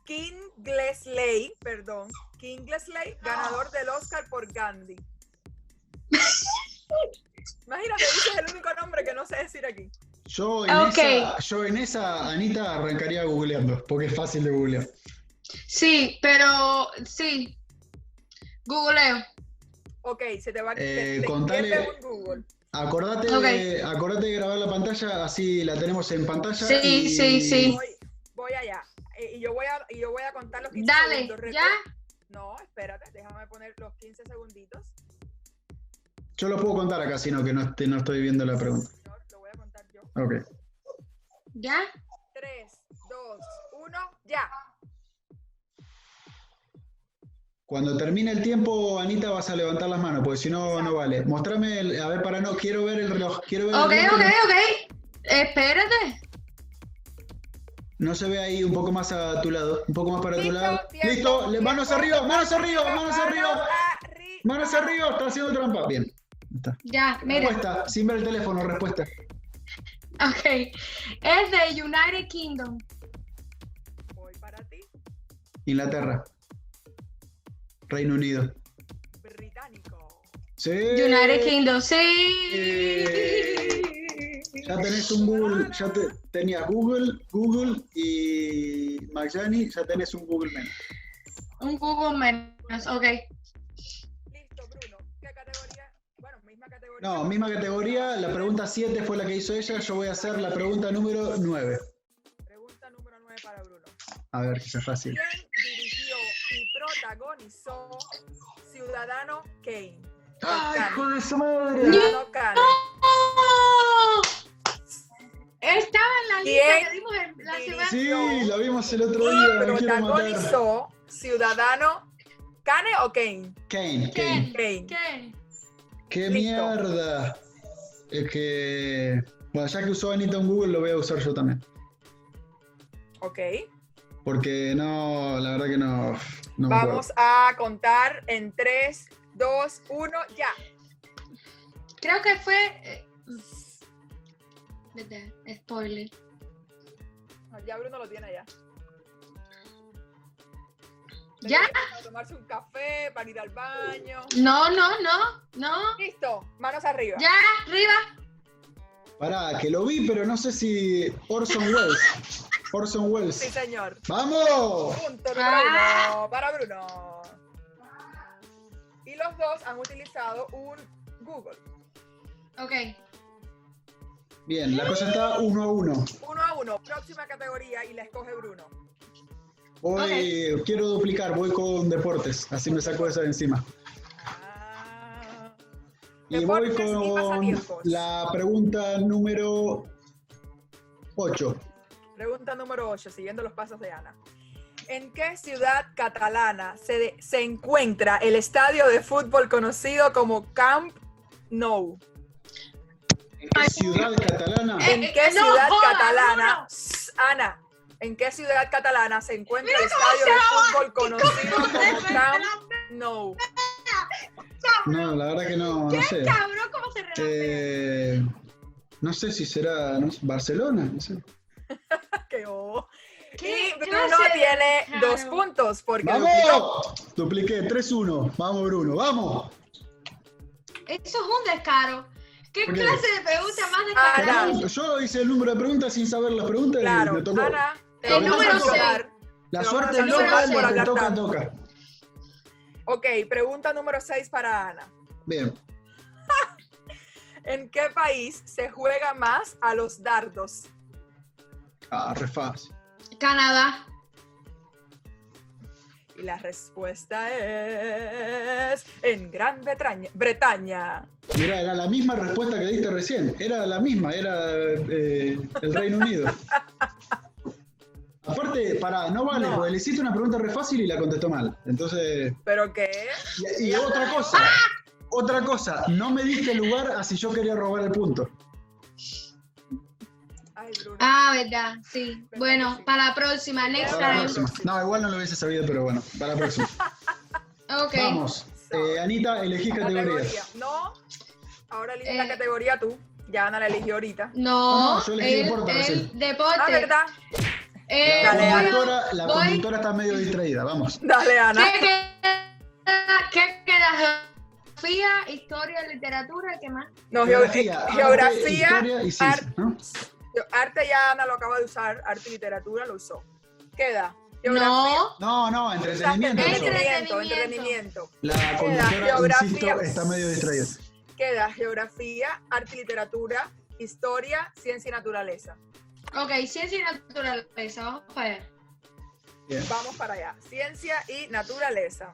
C: Kinglesley, perdón, Kinglesley, ganador del Oscar por Gandhi? Imagínate, ese es el único nombre que no sé decir aquí.
A: Yo en,
B: Ah, Ok.
A: esa, yo en esa, Anita, arrancaría googleando, porque es fácil de googlear.
B: Sí, pero sí. Googleo.
C: Ok, se te va a
A: Eh,
C: te- te
A: contale-
C: invierte un Google.
A: Acordate,
B: Ok.
A: de, acordate de grabar la pantalla, así la tenemos en pantalla.
B: Sí,
A: y-
B: sí, sí.
C: Voy, voy allá. Eh, y, yo voy a, y yo voy a contar los 15
B: Dale,
C: segundos. Recu-
B: ¿ya?
C: No, espérate, déjame poner los 15 segunditos.
A: Yo lo puedo contar acá, sino que no, est- no estoy viendo la pregunta.
C: Señor, lo voy a contar yo.
A: Ok.
B: ¿Ya?
C: 3, 2, 1, ya.
A: Cuando termine el tiempo, Anita, vas a levantar las manos, porque si no, no vale. Mostrame, el- a ver, para no, quiero ver el reloj. Quiero ver el
B: Ok,
A: reloj,
B: ok, ok. Espérate.
A: No se ve ahí un poco más a tu lado, un poco más para tu
C: Listo,
A: lado.
C: tiempo,
A: Listo, le- manos
C: tiempo.
A: arriba, manos arriba, manos arriba,
C: arri-
A: manos arriba, está haciendo trampa. Bien. ya está.
B: Ya, mira.
A: Respuesta, sin ver el teléfono, respuesta.
B: Ok. Es de United Kingdom.
C: Voy para ti,
A: Inglaterra. Reino Unido.
C: británico.
A: Sí.
B: United Kingdom, sí.
A: Eh. Ya tenés un Google, ya te- tenías Google, Google y Maggiani, ya tenés un Google menos.
B: Un Google menos, ok.
C: Listo, Bruno. ¿Qué categoría? Bueno, misma categoría.
A: No, misma categoría, la pregunta 7 fue la que hizo ella, yo voy a hacer la pregunta número 9.
C: Pregunta número 9 para Bruno.
A: A ver, que sea fácil.
C: ¿Quién dirigió y protagonizó Ciudadano Kane?
A: ¡Ay, hijo de su madre!
C: Ciudadano Kane.
B: ¡Oh! Estaba en la
C: ¿Quién
B: lista que dimos en la
C: dirigió?
B: semana.
A: Sí, la vimos el otro día, me quiero matar.
C: Protagonizó Ciudadano Kane o Kane?
A: Kane, Kane.
C: Kane.
B: ¿Qué?
A: ¡Qué
C: Listo.
A: mierda! Es que... Bueno, ya que usó Anita en Google, lo voy a usar yo también.
C: Ok.
A: Porque no, la verdad que no. no me acuerdo.
C: Vamos a contar en 3, 2, 1, ya.
B: Creo que fue. eh, ¿Verdad? Spoiler.
C: No, Ya Bruno lo tiene ya.
B: ¿Ya?
C: Para tomarse un café, para ir al baño.
B: No, no, no, no.
C: Listo, manos arriba.
B: Ya, arriba.
A: Pará, que lo vi, pero no sé si. Orson Welles. Orson
C: Sí,
A: Welles.
C: señor.
A: ¡Vamos!
C: Punto número
B: Ah.
C: uno para Bruno. Y los dos han utilizado un Google.
B: Ok.
A: Bien, la cosa está uno a uno.
C: Uno a uno. Próxima categoría y la escoge Bruno.
A: Hoy quiero duplicar, voy con deportes, así me saco esa de encima.
C: Ah.
A: Y voy
C: Deportes y
A: con
C: pasatiempos.
A: la pregunta número 8.
C: Pregunta número 8, siguiendo los pasos de Ana. ¿En qué ciudad catalana se, de- se encuentra el estadio de fútbol conocido como Camp Nou?
A: ¿En qué ciudad catalana?
B: Eh,
C: ¿En
B: eh,
C: qué
B: no
C: ciudad
B: jodas,
C: catalana?
B: Bruno.
C: Sss, Ana, ¿en qué ciudad catalana se encuentra
B: Mira
C: el
B: cómo se la
C: estadio de
B: va.
C: fútbol conocido como Camp Nou?
A: No, la verdad que no, no sé.
B: Cabrón, ¿cómo se relaciona?
A: Eh, no sé si será no sé, Barcelona, no sé.
C: [laughs] ¡Qué bobo!
B: ¿Qué
C: Y Bruno
B: clase de
C: tiene
B: pájaro?
C: dos puntos porque duplicó.
A: ¡Vamos! Dupliqué 3-1. Vamos, Bruno, vamos.
B: Eso es un descaro. ¿Qué
A: ¿Por qué?
B: clase de pregunta más
C: Ah,
B: descarada?
C: no.
A: Yo hice el número de preguntas sin saber las preguntas y
C: Claro,
A: me tocó.
C: Ana, te
A: El
C: vamos a
A: número seis.
C: ayudar.
A: la
C: pero
A: suerte
B: vamos a
A: loca,
B: hacer
A: lo que
C: por
A: toca,
C: acá.
A: toca.
C: Ok, pregunta número 6 para Ana.
A: Bien.
C: ¿En qué país se juega más a los dardos?
A: Ah, re fácil.
B: Canadá.
C: Y la respuesta es en Gran Bretaña. Bretaña.
A: Mirá, era la misma respuesta que diste recién. Era la misma, era eh, el Reino
C: [laughs]
A: Unido. Aparte, pará, no vale,
C: No.
A: porque le hiciste una pregunta re fácil y la contestó mal. Entonces.
C: ¿Pero qué?
A: Y, y otra cosa. Otra cosa, no me diste lugar a si yo quería robar el punto.
C: Ay, Bruno.
B: Ah, verdad, sí. Bueno, para la próxima, next
A: Para la
B: time.
A: próxima. No, igual no lo hubiese sabido, pero bueno, para la próxima.
B: Ok.
A: Vamos. Eh, Anita, elegí categoría.
C: Categoría. No. Ahora elige la
B: Eh.
C: categoría tú. Ya Ana la eligió ahorita.
B: No,
A: No, yo elegí
B: el,
A: deporte
B: el
A: recién.
B: deporte.
C: Ah, ¿verdad?
B: Eh,
A: La
C: Dale, Ana.
B: voy-
A: conductora, la
B: voy-
A: conductora está medio distraída, vamos.
C: Dale, Ana.
B: ¿Qué queda? ¿Qué queda? Geografía, historia, literatura, ¿qué más?
C: No, geo-
A: Geografía, arte,
C: geografía,
A: historia y ciencia,
C: arte.
A: ¿no?
C: arte ya Ana lo acaba de usar. Arte y literatura lo usó. Queda. Geografía.
B: No.
A: No, no, entretenimiento.
B: Entre-
A: yo.
B: Entretenimiento.
C: entretenimiento. entretenimiento.
A: La
C: Queda
A: conductora, insisto,
C: geografía.
A: está medio distraída.
C: Queda geografía, arte y literatura, historia, ciencia y naturaleza.
B: Ok, ciencia y naturaleza, vamos para allá.
A: Bien.
C: Vamos para allá. Ciencia y naturaleza.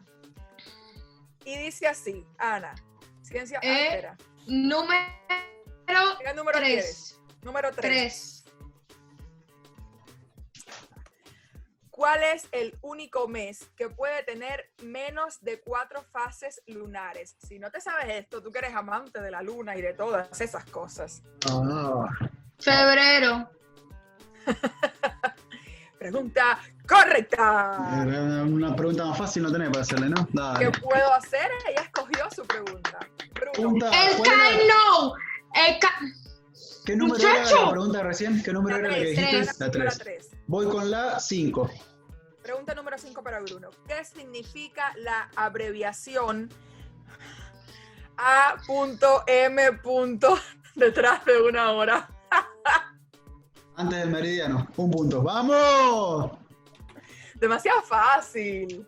C: Y dice así, Ana. Ciencia, ah,
B: Eh.
C: espera.
B: Número
C: ¿Qué número quieres?
B: 3.
C: Número 3.
B: 3.
C: ¿Cuál es el único mes que puede tener menos de cuatro fases lunares? Si no te sabes esto, tú que eres amante de la luna y de todas esas cosas.
A: Ah,
B: Febrero.
C: Pregunta correcta.
A: Ah, era una pregunta más fácil no tenés para hacerle, ¿no?
C: ¿Qué
A: Dale.
C: puedo hacer? Ella escogió su pregunta. Bruno.
A: Punta,
B: El
A: ¿cuál era?
B: Kai no. El ca-
A: ¿Qué número era
B: Muchacho.
A: la pregunta recién? ¿Qué número era
C: La
A: la que
C: tres,
A: dijiste?
C: la
A: La 3.
C: tres.
A: Voy con la 5.
C: Pregunta número 5 para Bruno. ¿Qué significa la abreviación A.M. punto detrás de una hora?
A: Antes del meridiano. Un punto. ¡Vamos!
C: Demasiado fácil.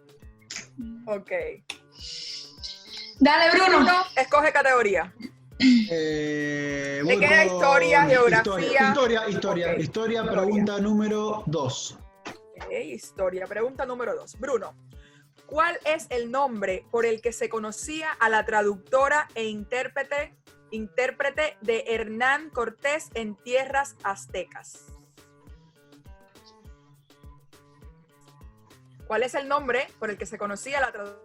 C: Ok.
B: Dale, Bruno.
C: Bruno, escoge categoría.
A: Eh,
C: ¿Te
A: voy
C: queda
A: con
C: historia, geografía?
A: Historia, historia, historia.
C: Ok.
A: historia, pregunta número 2.
C: Ok, historia. Pregunta número 2. Bruno, ¿cuál es el nombre por el que se conocía a la traductora e intérprete, intérprete de Hernán Cortés en tierras aztecas? ¿Cuál es el nombre por el que se conocía a la traductora?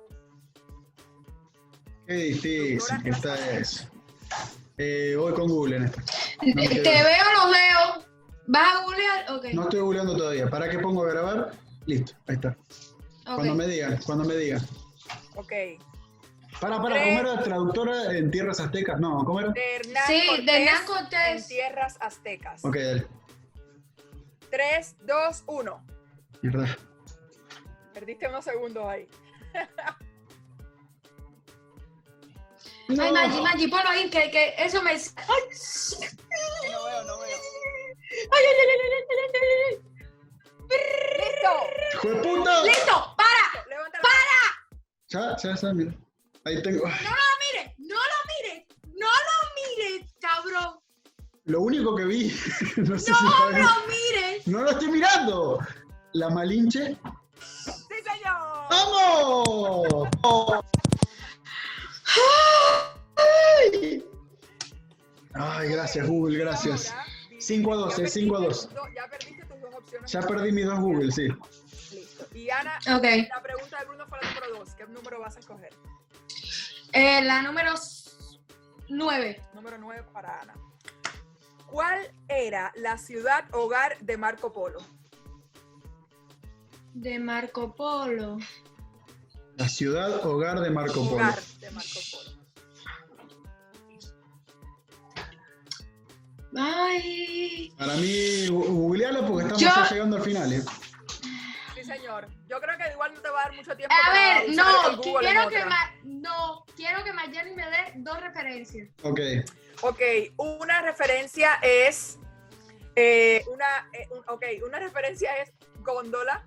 A: Qué difícil que está eso. Eh, voy con Google en esta. No me
B: Te
A: quedo.
B: veo, los veo. ¿Vas a googlear? Ok.
A: No estoy googleando todavía. ¿Para qué pongo a grabar? Listo, ahí está.
B: ok.
A: Cuando me digan, cuando me digan.
C: Ok.
A: Para, para,
C: Tres.
A: ¿cómo era traductora en tierras aztecas? No, ¿cómo era?
C: De Hernán
B: Sí, de Hernán
C: Cortés en
B: Cortés.
C: tierras aztecas.
A: Ok, dale.
C: 3, 2, 1.
A: Mierda.
C: Perdiste unos segundos ahí.
B: Ay,
A: No.
B: Maggi, Maggi, ponlo ahí, que, que eso me... Ay.
C: No veo, no veo.
B: Ay, ay, ay, ay, ay, ay, ay, ay.
C: ¡Listo!
A: ¡Hijo de puta!
B: ¡Listo! ¡Para!
C: Levanta la
A: Ya, ya, ya, mira. Ahí tengo.
B: ¡Mire! ¡No lo mire! ¡No lo mire, cabrón!
A: Lo único que vi. [laughs] no sé si
B: ¡No
A: está bien.
B: lo mire!
A: ¡No lo estoy mirando! La Malinche.
C: ¡Sí, señor!
A: ¡Vamos! Ay, gracias, Google, gracias.
C: Ahora,
A: Cinco a dos,
C: ya
A: eh, cinco a dos.
C: perdiste tus dos- Ya perdiste tus dos opciones.
A: Ya perdí mis dos Google, sí.
C: Listo. Y Ana,
B: Ok,
C: la pregunta de Bruno fue la número dos. ¿Qué número vas a escoger?
B: eh, la número 9.
C: Número nueve para Ana. ¿Cuál era la ciudad hogar de Marco Polo?
B: De Marco Polo.
A: La ciudad hogar de Marco Polo.
C: Hogar de Marco Polo.
B: Ay.
A: Para mí, gu- googlealo porque estamos
B: Yo-
A: ya llegando al final. ¿eh?
C: Sí, señor. Yo creo que igual no te va a dar mucho tiempo.
B: Eh, A
C: para
B: ver,
C: usar el
B: no,
C: Google en
B: quiero que
C: otra.
B: ma- no, quiero que Mayani me dé dos referencias.
A: Ok.
C: Ok, una referencia es. eh, una, eh, un- ok, una referencia es góndola.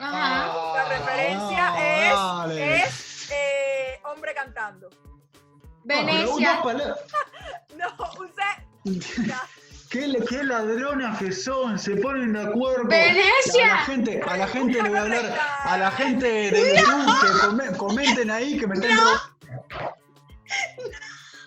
B: Ajá.
C: La referencia
A: Ah, dale.
C: es, es eh, hombre cantando. [laughs]
A: No, Ah, pero
B: Venecia.
A: una pala-
C: No, usted. ya.
A: ¿Qué, le- qué ladronas que son, se ponen de acuerdo.
B: Venecia.
A: A la gente, a la gente le voy a hablar, a la gente de YouTube que come- comenten ahí que me están, ro-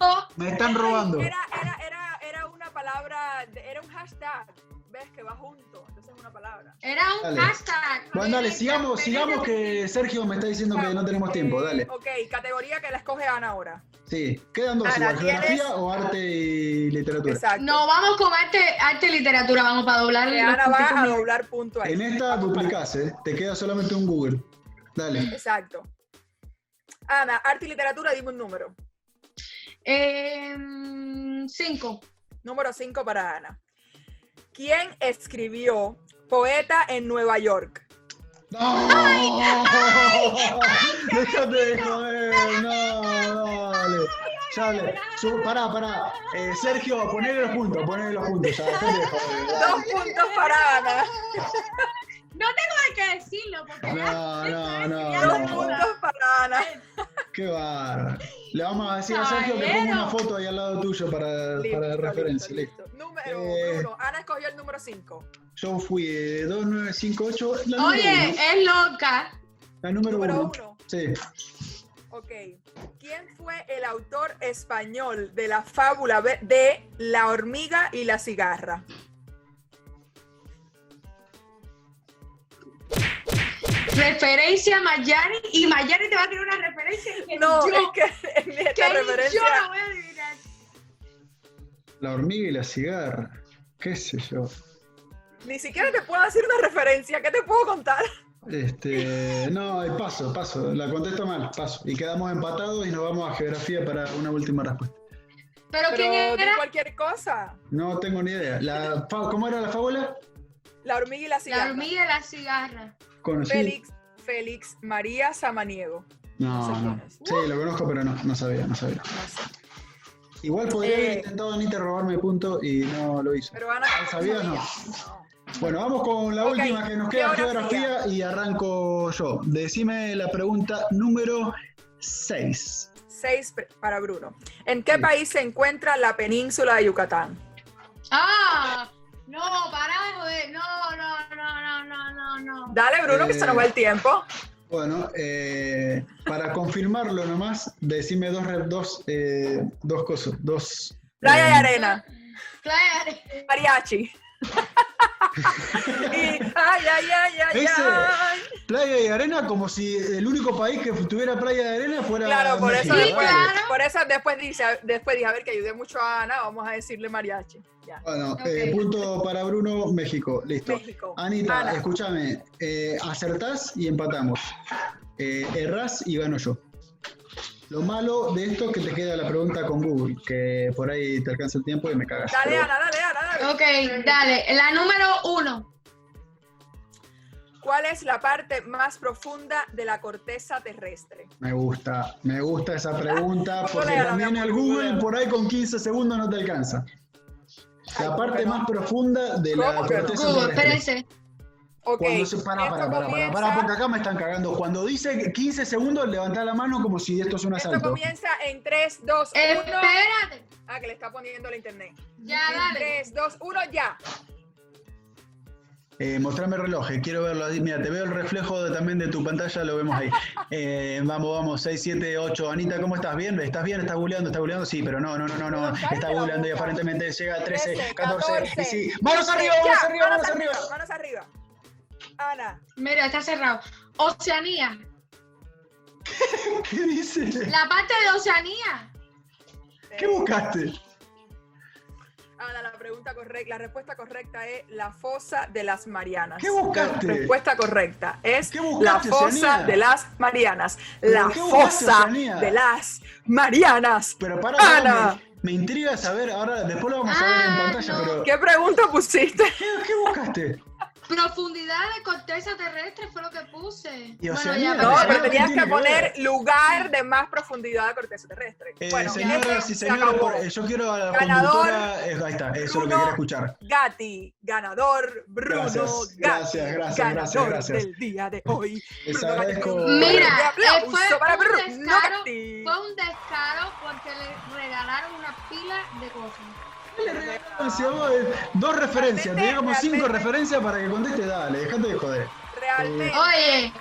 B: Oh,
A: me están robando.
C: Era, era, era, era una palabra, era un hashtag. ¿Ves que va junto? Entonces es una palabra.
B: Era un
A: Dale.
B: hashtag.
A: Bueno, dale,
B: Venecia,
A: sigamos,
B: Venecia.
A: sigamos que Sergio me está diciendo que no tenemos tiempo,
C: Eh,
A: dale.
C: Ok, categoría que la escoge Ana ahora.
A: Sí, quedan dos,
C: Ahora,
A: igual, geografía
C: ¿tienes?
A: o arte y literatura.
C: Exacto.
B: No, vamos con arte, arte y literatura, vamos para doblar.
C: Eh,
B: los
C: Ana va
B: puntitos.
C: a doblar punto ahí.
A: En esta duplicás, ¿eh? te queda solamente un Google. Dale.
C: Exacto. Ana, arte y literatura, dime un número.
B: Em, cinco.
C: Número 5 para Ana. ¿Quién escribió Poeta en Nueva York?
A: ¡No! [laughs] ¡Déjate de joder! ¡No! Dale. Ya, dale. Su- pará, pará. Eh, Sergio, ponele los puntos, ponele los puntos. Ya, déjate de joder.
C: Dos puntos para Ana.
B: No tengo de qué decirlo porque
A: No, no, no.
C: Dos
A: no.
C: puntos para Ana.
A: Qué bárbaro. Le vamos a decir a Sergio que ponga una foto ahí al lado tuyo para, para referencia. Listo.
C: Número,
A: Eh.
C: Bruno. Ana escogió el número 5.
A: Yo fui eh, 2958, la número
B: Oye,
A: uno.
B: es loca.
A: La eh, número,
C: Número
A: uno.
C: 1.
A: Sí.
C: Ok. ¿Quién fue el autor español de la fábula be- de La hormiga y la cigarra?
B: Referencia a Mayari y Mayari te va a tener una referencia que
C: No,
B: yo,
C: es que [laughs] en
B: que
C: esta referencia.
B: yo la voy a adivinar.
A: La hormiga y la cigarra. ¿Qué sé yo?
C: Ni siquiera te puedo decir una referencia. ¿Qué te puedo contar?
A: [laughs] Este, no, eh, paso, paso, la contesto mal, paso. Y quedamos empatados y nos vamos a geografía para una última respuesta.
B: Pero,
C: Pero
B: ¿quién
C: di
B: era?
C: cualquier cosa.
A: No tengo ni idea. La, fa- ¿Cómo era la fábula?
C: La hormiga y la cigarra.
B: La hormiga de la cigarra.
A: Conocí.
C: Félix, Félix María Samaniego. no
A: No,
C: sé
A: no.
C: quién es.
A: Sí, lo conozco, pero no, no sabía, no sabía.
C: No sé.
A: Igual podría haber
C: Eh.
A: intentado Anita robarme punto y no lo hizo.
C: Pero van a
A: ¿Sabías Ah, o no? Bueno, vamos con la
C: Ok,
A: última que nos queda,
C: geografía.
A: geografía, y arranco yo. Decime la pregunta número 6.
C: Seis pre- para Bruno. ¿En qué país se encuentra la península de Yucatán?
B: Ah, no, pará, de joder. No, no, no, no, no, no, no.
C: Dale, Bruno, que
A: Eh,
C: se nos va el tiempo.
A: Bueno, eh, para confirmarlo nomás, decime dos, re- dos, eh, dos cosas, dos...
C: Playa
A: eh,
C: de arena,
B: Claro.
C: mariachi. [laughs] y, ay, ay, ay, ay,
A: Ese.
C: ay.
A: Playa y arena como si el único país que tuviera playa de arena fuera
C: Claro, por eso,
A: México,
B: Sí,
C: después,
A: ¿vale?
B: claro.
C: por eso después dice, después dije, a ver, que ayude mucho a Ana, vamos a decirle mariachi. Ya.
A: Bueno, eh,
B: Ok.
A: punto para Bruno, México, listo.
C: México.
A: Anita,
C: Ana.
A: escúchame, eh, acertás y empatamos. Eh, errás y gano yo. Lo malo de esto es que te queda la pregunta con Google, que por ahí te alcanza el tiempo y me cagas.
C: Dale,
A: Pero-
C: Ana, dale, Ana, dale.
B: Ok, dale. La número uno.
C: ¿Cuál es la parte más profunda de la corteza terrestre?
A: Me gusta, me gusta esa pregunta, porque
C: Googlea,
A: también
C: mi
A: el
C: amor,
A: Google
C: googlea.
A: por ahí con 15 segundos no te alcanza. La
C: Ay,
A: parte
C: pero-
A: más profunda de la
C: ¿Cómo que no?
A: corteza
B: Google,
A: terrestre.
B: espérense.
C: Ok.
A: Cuando se, para,
C: esto
A: para, para, para,
C: comienza-
A: para, porque acá me están cagando. Cuando dice 15 segundos, levantá la mano como si esto es un
C: Esto
A: asalto.
C: comienza en 3, 2, 1.
B: Espérate.
C: Ah, que le está poniendo el internet.
B: Ya,
C: en
B: Este Ah, dale.
C: 3, 2, 1, ya.
A: Eh, mostrame el reloj, eh, quiero verlo ahí. Mira, te veo el reflejo de- también de tu pantalla, lo vemos ahí. Eh, vamos, vamos, 6, 7, 8. Anita, ¿cómo estás? ¿Bien? ¿Estás bien? ¿Estás googleando? ¿Estás googleando? Sí, pero no, no, no, no, no.
C: Cállate
A: Está
C: la
A: googleando y
C: boca.
A: aparentemente llega a 13,
C: 13,
A: 14. Y
C: 14.
A: sí. ¡Manos arriba,
C: Ya,
A: manos arriba, manos arriba! [laughs]
C: Manos arriba. Ana,
B: Mira, está cerrado. Oceanía.
A: ¿Qué dice?
B: La parte de Oceanía.
A: ¿Qué
C: eh,
A: buscaste?
C: Ana, la pregunta correcta, la respuesta correcta es la fosa de las Marianas.
A: ¿Qué buscaste?
C: La respuesta correcta es
A: ¿Qué
C: la
A: buscaste,
C: fosa
A: Oceanía?
C: de las Marianas.
A: ¿Pero
C: La
A: qué buscaste,
C: fosa
A: Oceanía?
C: de las Marianas.
A: Pero para,
C: Ana.
A: me, me intriga saber, ahora después lo vamos a ver en
B: Ah,
A: pantalla,
B: no.
A: pero
C: ¿Qué pregunta pusiste?
A: ¿qué, qué buscaste?
B: Profundidad de corteza terrestre fue lo que puse.
A: Y Oceanía,
B: ya,
A: ¿no?
C: [laughs] No,
B: pero-
C: pero
A: Oceanía
C: tenías
A: tiene
C: que
A: que
C: poner lugar de más profundidad de corteza terrestre.
A: Eh,
C: Bueno,
A: señoras
C: ese
A: y
C: se
A: señores,
C: acabó.
A: por- eh, yo quiero a la
C: Ganador,
A: conductora. eh, ahí está, eso es lo que
C: Bruno
A: quería escuchar.
C: Gatti, ganador, Bruno
A: Gracias,
C: Gatti.
A: gracias, gracias, gracias,
C: ganador
A: gracias.
C: del día de hoy.
A: Les
C: Bruno Gatti,
A: agradezco.
C: un fuerte
B: Mira, eh,
C: aplauso
B: fue
C: para
B: un
C: Bruno
B: descaro,
C: Gatti.
B: fue un descaro porque le regalaron una pila de cosas.
A: Si vamos, eh, Dos referencias,
C: Realmente,
A: te digamos cinco
C: realmente.
A: referencias para que conteste. Dale, dejate de joder.
C: Realmente.
B: Oye,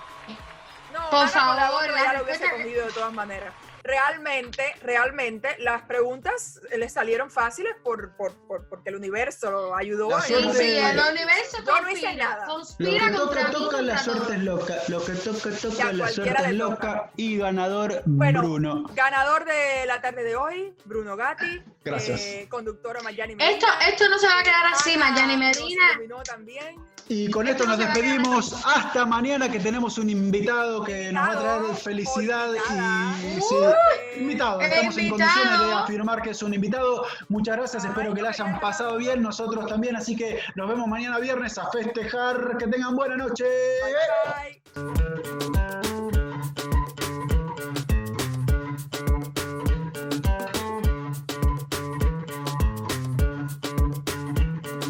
C: No,
B: Por
C: Ana, con la
B: favor,
C: otra
B: la
C: ya lo hubiese
B: respuesta que-
C: cogido de todas maneras. Realmente, realmente, las preguntas eh, le salieron fáciles por, por, por- porque el universo lo ayudó.
A: La
C: en
B: sí,
A: suerte
C: ese
B: sí,
A: de-
B: el
C: momento.
B: universo
C: Yo no hice
B: conspira,
C: nada.
A: Lo que
B: conspira contra
A: toca,
B: mí,
A: toca, la
B: contra
A: suerte es
B: todos.
A: loca. Lo que toca, toca,
C: Ya,
A: la
C: cualquiera
A: suerte es
C: le toca.
A: loca. Y ganador
C: Bueno,
A: Bruno.
C: Ganador de la tarde de hoy, Bruno Gatti.
A: Gracias.
C: eh, conductora Mayani Medina.
B: Esto, esto no se va a quedar así,
C: Ana
B: Mayani
C: nos
B: Medina.
C: iluminó también.
A: Y con esto nos despedimos hasta mañana que tenemos un invitado que nos va a traer felicidad y sí,
C: Uh,
A: invitado. Estamos en condiciones de afirmar que es un invitado. Muchas gracias, espero que la hayan pasado bien, nosotros también, así que nos vemos mañana viernes a festejar. Que tengan buena noche.
C: Bye, bye.